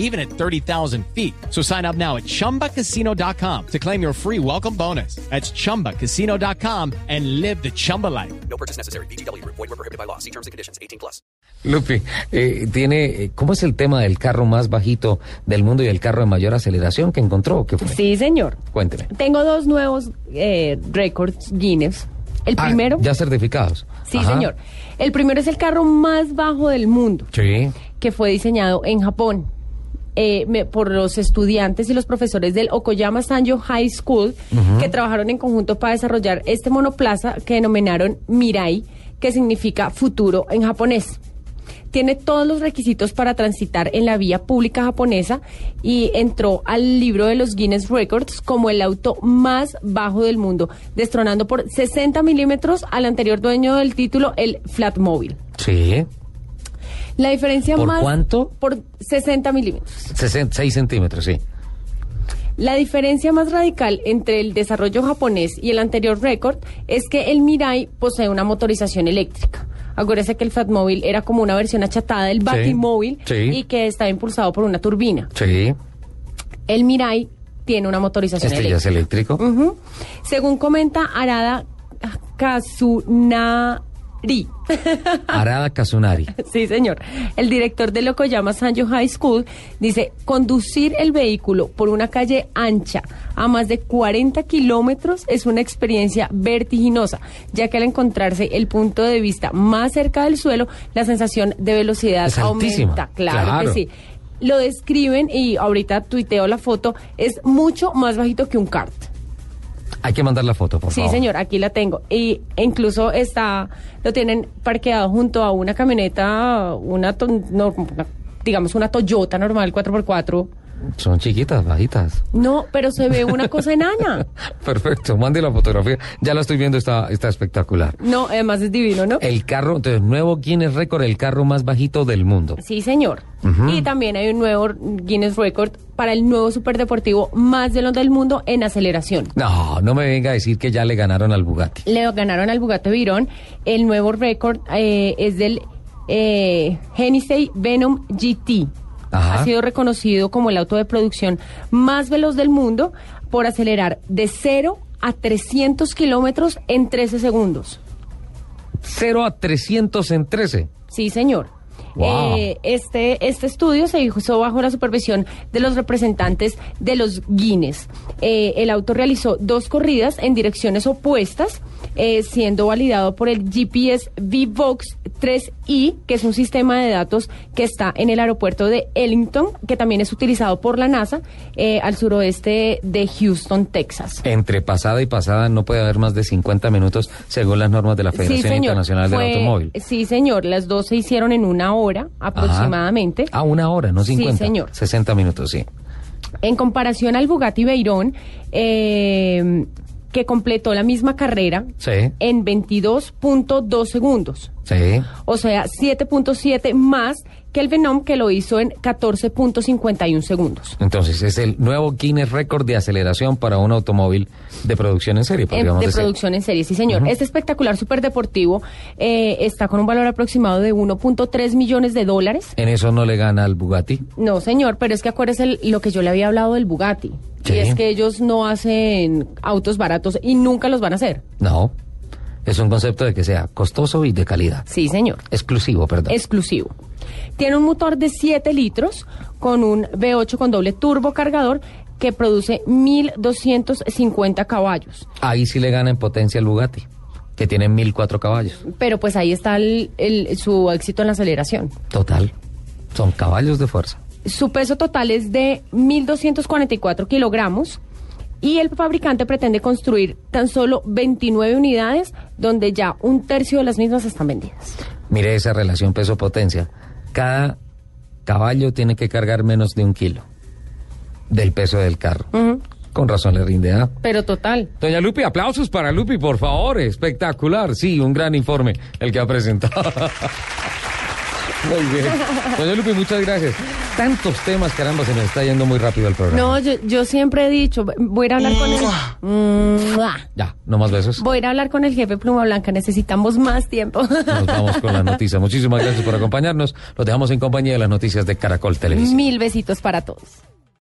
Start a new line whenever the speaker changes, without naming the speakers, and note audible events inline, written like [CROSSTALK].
even at 30,000 feet. So sign up now at ChumbaCasino.com to claim your free welcome bonus. That's ChumbaCasino.com and live the Chumba life.
No purchase necessary. BGW. Void were prohibited by law. See terms and conditions. 18 plus.
Lupi, eh, tiene, eh, ¿cómo es el tema del carro más bajito del mundo y el carro de mayor aceleración que encontró? ¿Qué fue?
Sí, señor.
Cuénteme.
Tengo dos nuevos eh, récords Guinness. El
Ah,
primero,
ya certificados.
sí,
Ajá.
señor. El primero es el carro más bajo del mundo,
Sí.
que fue diseñado en Japón eh, me- por los estudiantes y los profesores del Okoyama Sanjo High School, que trabajaron en conjunto para desarrollar este monoplaza que denominaron Mirai, que significa futuro en japonés. Tiene todos los requisitos para transitar en la vía pública japonesa y entró al libro de los Guinness Records como el auto más bajo del mundo, destronando por 60 milímetros al anterior dueño del título, el Flatmobile.
Sí.
La diferencia
¿Por
más...
cuánto?
Por 60 milímetros.
6 centímetros, sí.
La diferencia más radical entre el desarrollo japonés y el anterior récord es que el Mirai posee una motorización eléctrica. Acuérdese que el Fatmobile era como una versión achatada del Batimóvil
sí.
y que está impulsado por una turbina.
Sí.
El Mirai tiene una motorización
Este ya
eléctrica.
es eléctrico.
Ujú. Según comenta Arada Kazunari,
Arada Kazunari.
[LAUGHS] Sí, señor. El director de Locoyama Sanjo High School dice, conducir el vehículo por una calle ancha a más de 40 kilómetros es una experiencia vertiginosa, ya que al encontrarse el punto de vista más cerca del suelo, la sensación de velocidad
Es altísima,
aumenta. Claro,
claro.
que sí. Lo describen y ahorita tuiteo la foto, es mucho más bajito que un kart.
Hay que mandar la foto, por
Sí,
favor.
señor, aquí la tengo. Y e incluso está, lo tienen parqueado junto a una camioneta, una, to- no, una- digamos una Toyota normal 4x4.
Son chiquitas, bajitas.
No, pero se ve una
[LAUGHS]
cosa enana.
Perfecto, mande la fotografía. Ya la estoy viendo, está, está espectacular.
No, además es divino, ¿no?
El carro, entonces, nuevo Guinness Record, el carro más bajito del mundo.
Sí, señor. Y también hay un nuevo Guinness Record para el nuevo superdeportivo más de los del mundo en aceleración.
No, no me venga a decir que ya le ganaron al Bugatti.
Le ganaron al Bugatti Virón. El nuevo récord eh, es del eh, Genesee Venom GT.
Ajá.
Ha sido reconocido como el auto de producción más veloz del mundo por acelerar de 0 a 300 kilómetros en 13 segundos.
0 a 300 en 13.
Sí, señor.
Wow.
Eh, este, este estudio se hizo bajo la supervisión de los representantes de los Guinness. Eh, el auto realizó dos corridas en direcciones opuestas, eh, siendo validado por el GPS VVOX 3i, que es un sistema de datos que está en el aeropuerto de Ellington, que también es utilizado por la NASA eh, al suroeste de Houston, Texas.
Entre pasada y pasada no puede haber más de 50 minutos según las normas de la Federación Internacional
Fue-
del Automóvil.
Sí, señor. Las dos se hicieron en una hora
Ajá.
aproximadamente.
Ah, una hora, no
Sí,
50.
señor.
60 minutos, sí.
En comparación al Bugatti Veyron, eh, que completó la misma carrera
Sí.
en 22.2 segundos.
Sí.
O sea, 7.7 más que el Venom que lo hizo en 14.51 segundos.
Entonces, es el nuevo Guinness récord de aceleración para un automóvil de producción en serie,
En-
podríamos
de
decir.
producción en serie, sí señor. Este espectacular superdeportivo eh, está con un valor aproximado de 1.3 millones de dólares.
En eso no le gana al Bugatti.
No, señor, pero es que acuérdese el- lo que yo le había hablado del Bugatti.
Sí.
Y es que ellos no hacen autos baratos y nunca los van a hacer.
No. Es un concepto de que sea costoso y de calidad.
Sí, señor.
Exclusivo, perdón.
exclusivo. Tiene un motor de 7 litros con un V8 con doble turbo cargador que produce 1250 caballos.
Ahí sí le gana en potencia al Bugatti, que tiene 1004 caballos.
Pero pues ahí está el- el- su éxito en la aceleración.
Total. Son caballos de fuerza.
Su peso total es de 1244 kilogramos y el fabricante pretende construir tan solo 29 unidades donde ya un tercio de las mismas están vendidas.
Mire esa relación peso-potencia. Cada caballo tiene que cargar menos de un kilo del peso del carro. Con razón le rinde, ¿ah?
Pero total,
Doña Lupi, aplausos para Lupi, por favor. Espectacular. Sí, un gran informe el que ha presentado. [LAUGHS] Muy bien. Doña Lupi, muchas gracias. Tantos temas, caramba, se nos está yendo muy rápido el programa.
No, yo, yo siempre he dicho, voy a ir a hablar con el... Mua.
Ya, no más besos.
Voy a ir a hablar con el jefe Pluma Blanca, necesitamos más tiempo.
Nos vamos con
[LAUGHS]
la noticia. Muchísimas gracias por acompañarnos. Los dejamos en compañía de las noticias de Caracol Televisión.
Mil besitos para todos.